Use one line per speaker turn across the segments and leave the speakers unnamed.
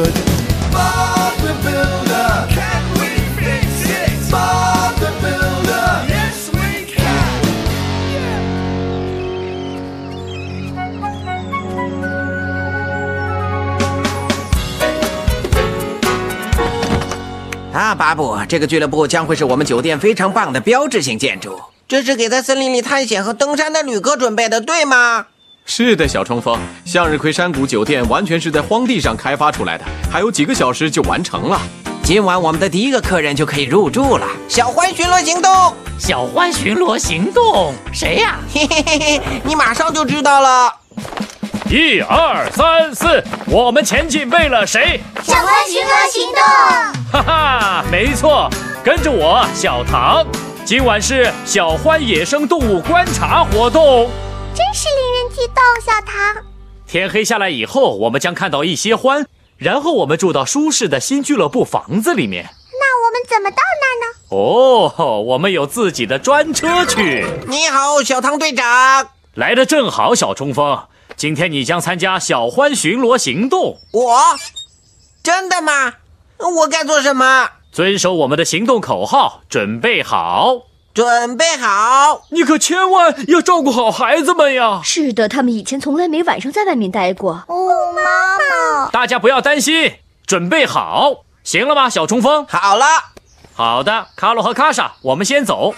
Bob the Builder. Can we fix it? Bob the Builder. Yes, we can.
啊，巴布，这个俱乐部将会是我们酒店非常棒的标志性建筑。
这是给在森林里探险和登山的旅客准备的，对吗？
是的，小冲锋，向日葵山谷酒店完全是在荒地上开发出来的，还有几个小时就完成了。
今晚我们的第一个客人就可以入住了。
小欢巡逻行动，
小欢巡逻行动，谁呀、
嘿嘿嘿嘿，你马上就知道了。
一二三四，我们前进为了谁？
小欢巡逻行动，
哈哈，没错，跟着我，小唐。今晚是小欢野生动物观察活动。
真是令人激动。小唐，
天黑下来以后，我们将看到一些獾，然后我们住到舒适的新俱乐部房子里面。
那我们怎么到那儿呢？
哦，我们有自己的专车去。
你好，小唐队长，
来的正好，小冲锋， 今天你将参加小欢巡逻行动。
我，真的吗？我该做什么？
遵守我们的行动口号，准备好。
准备好，
你可千万要照顾好孩子们呀！
是的，他们以前从来没晚上在外面待过。
哦，妈妈，
大家不要担心，准备好，行了吗，小冲锋？
好了，
好的，卡洛和卡莎，我们先走。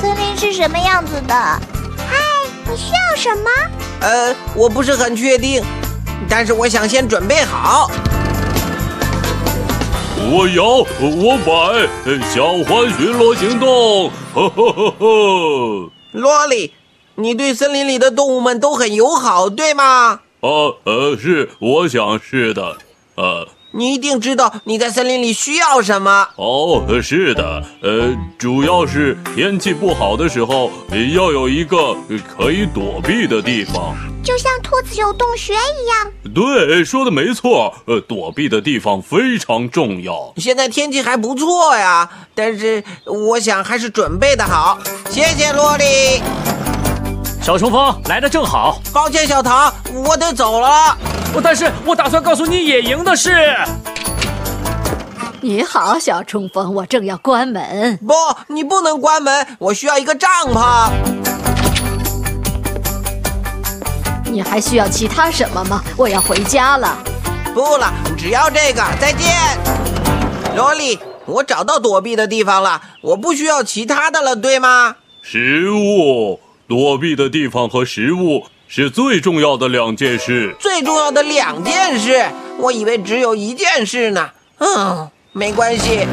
森林是什么样子的？嗨，你需要什么？
呃，我不是很确定，但是我想先准备好。
我摇，我摆，小欢巡逻行动，呵呵呵呵。
萝莉，你对森林里的动物们都很友好，对吗？
呃呃，是，我想是的，呃，
你一定知道你在森林里需要什么。
哦，是的，呃，主要是天气不好的时候，呃要有一个呃可以躲避的地方。
就像兔子有洞穴一样。
对，说的没错，呃，躲避的地方非常重要。
现在天气还不错呀，但是我想还是准备的好。谢谢洛莉，
小冲锋来的正好，
抱歉小唐，我得走了。
哦但是我打算告诉你野营的事。
你好，小冲锋，我正要关门。
不，你不能关门，我需要一个帐篷。
你还需要其他什么吗？我要回家了。
不了，只要这个。再见，萝莉，我找到躲避的地方了，我不需要其他的了，对吗？
食物，躲避的地方和食物是最重要的两件事。
最重要的两件事，我以为只有一件事呢。嗯，没关系，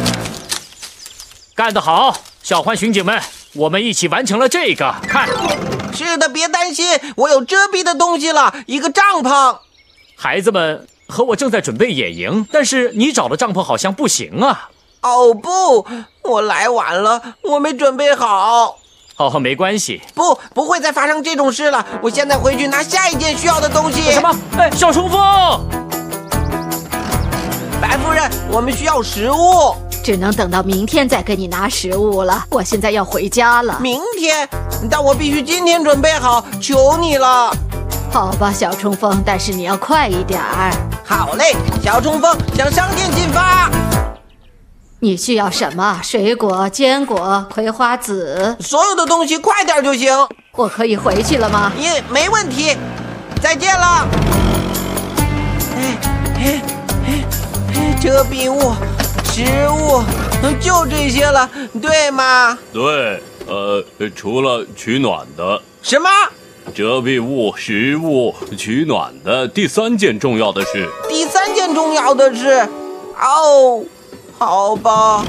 干得好，小欢巡警们，我们一起完成了这个。看，
是的，别担心，我有遮蔽的东西了，一个帐篷。
孩子们和我正在准备野营，但是你找的帐篷好像不行啊。
哦不，我来晚了，我没准备好。
哦，没关系。
不，不会再发生这种事了。我现在回去拿下一件需要的东西。
什？么？哎，小冲锋！
白夫人，我们需要食物。
只能等到明天再给你拿食物了。我现在要回家了。
明天，但我必须今天准备好，求你了。
好吧，小冲锋，但是你要快一点儿。
好嘞，小冲锋向商店进发。
你需要什么？水果、坚果、葵花籽。
所有的东西快点就行，
我可以回去了吗？
也没问题。再见了。哎哎哎哎，遮蔽物、食物，嗯就这些了，对吗？
对，呃，除了取暖的、
什么？
遮蔽物、食物、取暖的，第三件重要的事。
第三件重要的是，哦，好吧。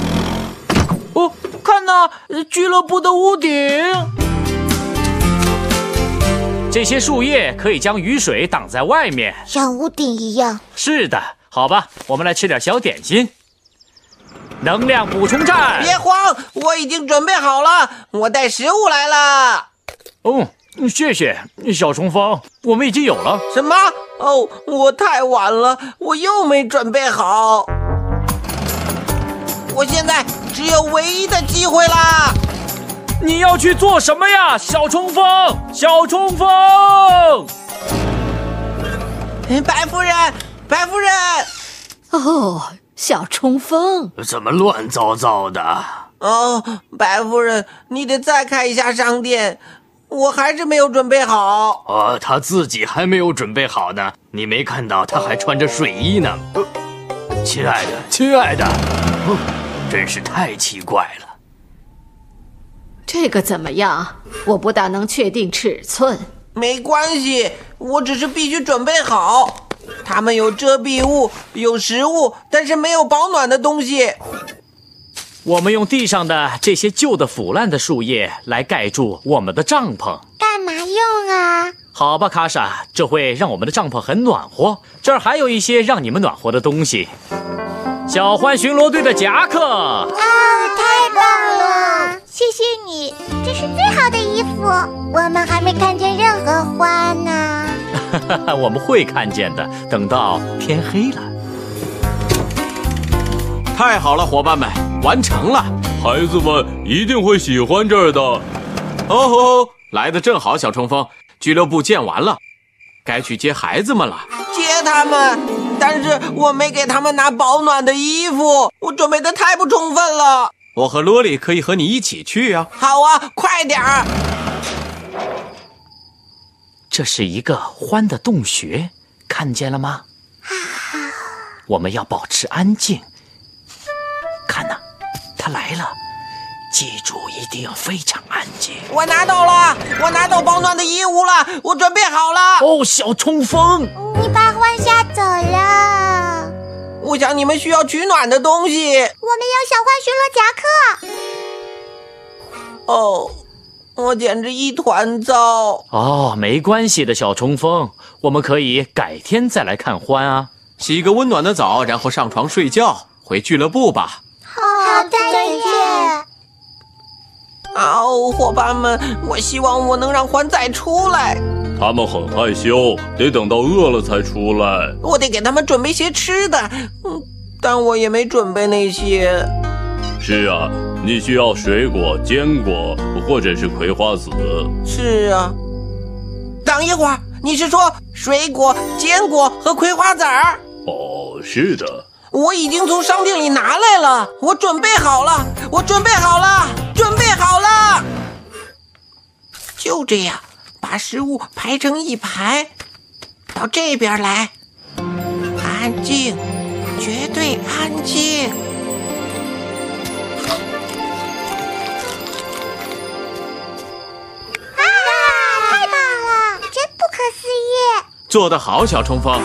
哦，看呐、呃俱乐部的屋顶。这些树叶可以将雨水挡在外面。
像屋顶一样。
是的，好吧，我们来吃点小点心。能量补充站。
别慌，我已经准备好了，我带食物来了。
哦，谢谢小冲锋，我们已经有了。
什么？哦，我太晚了，我又没准备好。我现在只有唯一的机会啦！
你要去做什么呀，小冲锋？小冲锋，
哎白夫人，白夫人，
哦，小冲锋，
怎么乱糟糟的？
哦，白夫人，你得再开一下商店，我还是没有准备好。
哦，他自己还没有准备好呢。你没看到他还穿着睡衣呢？呃亲爱的，亲爱的，哦真是太奇怪了。
这个怎么样？我不大能确定尺寸。
没关系，我只是必须准备好。他们有遮蔽物，有食物，但是没有保暖的东西。
我们用地上的这些旧的腐烂的树叶来盖住我们的帐篷。
干嘛用啊？
好吧，卡莎，这会让我们的帐篷很暖和。这儿还有一些让你们暖和的东西。小浣巡逻队的夹克，
啊，太棒了！谢谢你，这是最好的衣服。我们还没看见任何花呢。
我们会看见的。等到天黑了，
太好了，伙伴们，完成了！
孩子们一定会喜欢这儿的。
哦吼，来的正好，小冲锋，俱乐部建完了，该去接孩子们了。
接他们，但是我没给他们拿保暖的衣服，我准备的太不充分了。
我和罗莉可以和你一起去啊。
好啊，快点儿！
这是一个欢的洞穴，看见了吗？我们要保持安静。看呐、他来了，记住一定要非常安静。
我拿到了，我拿到保暖的衣物了，我准备好了。
哦，小冲锋，
你把欢吓走了。
我想你们需要取暖的东西。
我们要小浣巡逻夹克。
哦，我简直一团糟。
哦，没关系的，小冲锋，我们可以改天再来看欢啊。
洗个温暖的澡，然后上床睡觉，回俱乐部吧。
好，再见。
啊哦，伙伴们，我希望我能让欢再出来。
他们很害羞，得等到饿了才出来。
我得给他们准备些吃的，嗯，但我也没准备那些。
是啊，你需要水果、坚果或者是葵花籽。
是啊，等一会儿，你是说水果、坚果和葵花籽儿？
哦，是的，
我已经从商店里拿来了，我准备好了，我准备好了，准备好了。就这样，把食物排成一排，到这边来，安静，绝对安静。
啊，太棒了！真不可思议。
做得好，小冲锋。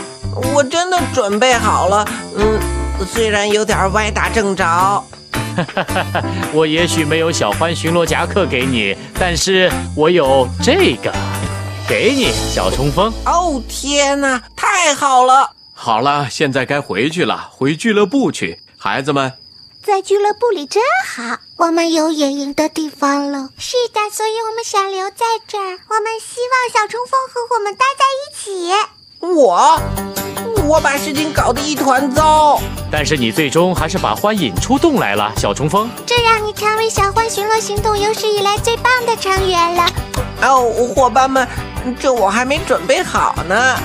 我真的准备好了，嗯，虽然有点歪打正着。
我也许没有小欢巡逻夹克给你，但是我有这个，给你，小冲锋。
哦天哪，太好了！
好了，现在该回去了，回俱乐部去。孩子们，
在俱乐部里真好，我们有野营的地方了。是的，所以我们想留在这儿。我们希望小冲锋和我们待在一起。
我，我把事情搞得一团糟。
但是你最终还是把欢引出洞来了，小冲锋。
这让你成为小浣巡逻行动有史以来最棒的成员了。
哦，伙伴们，这我还没准备好呢。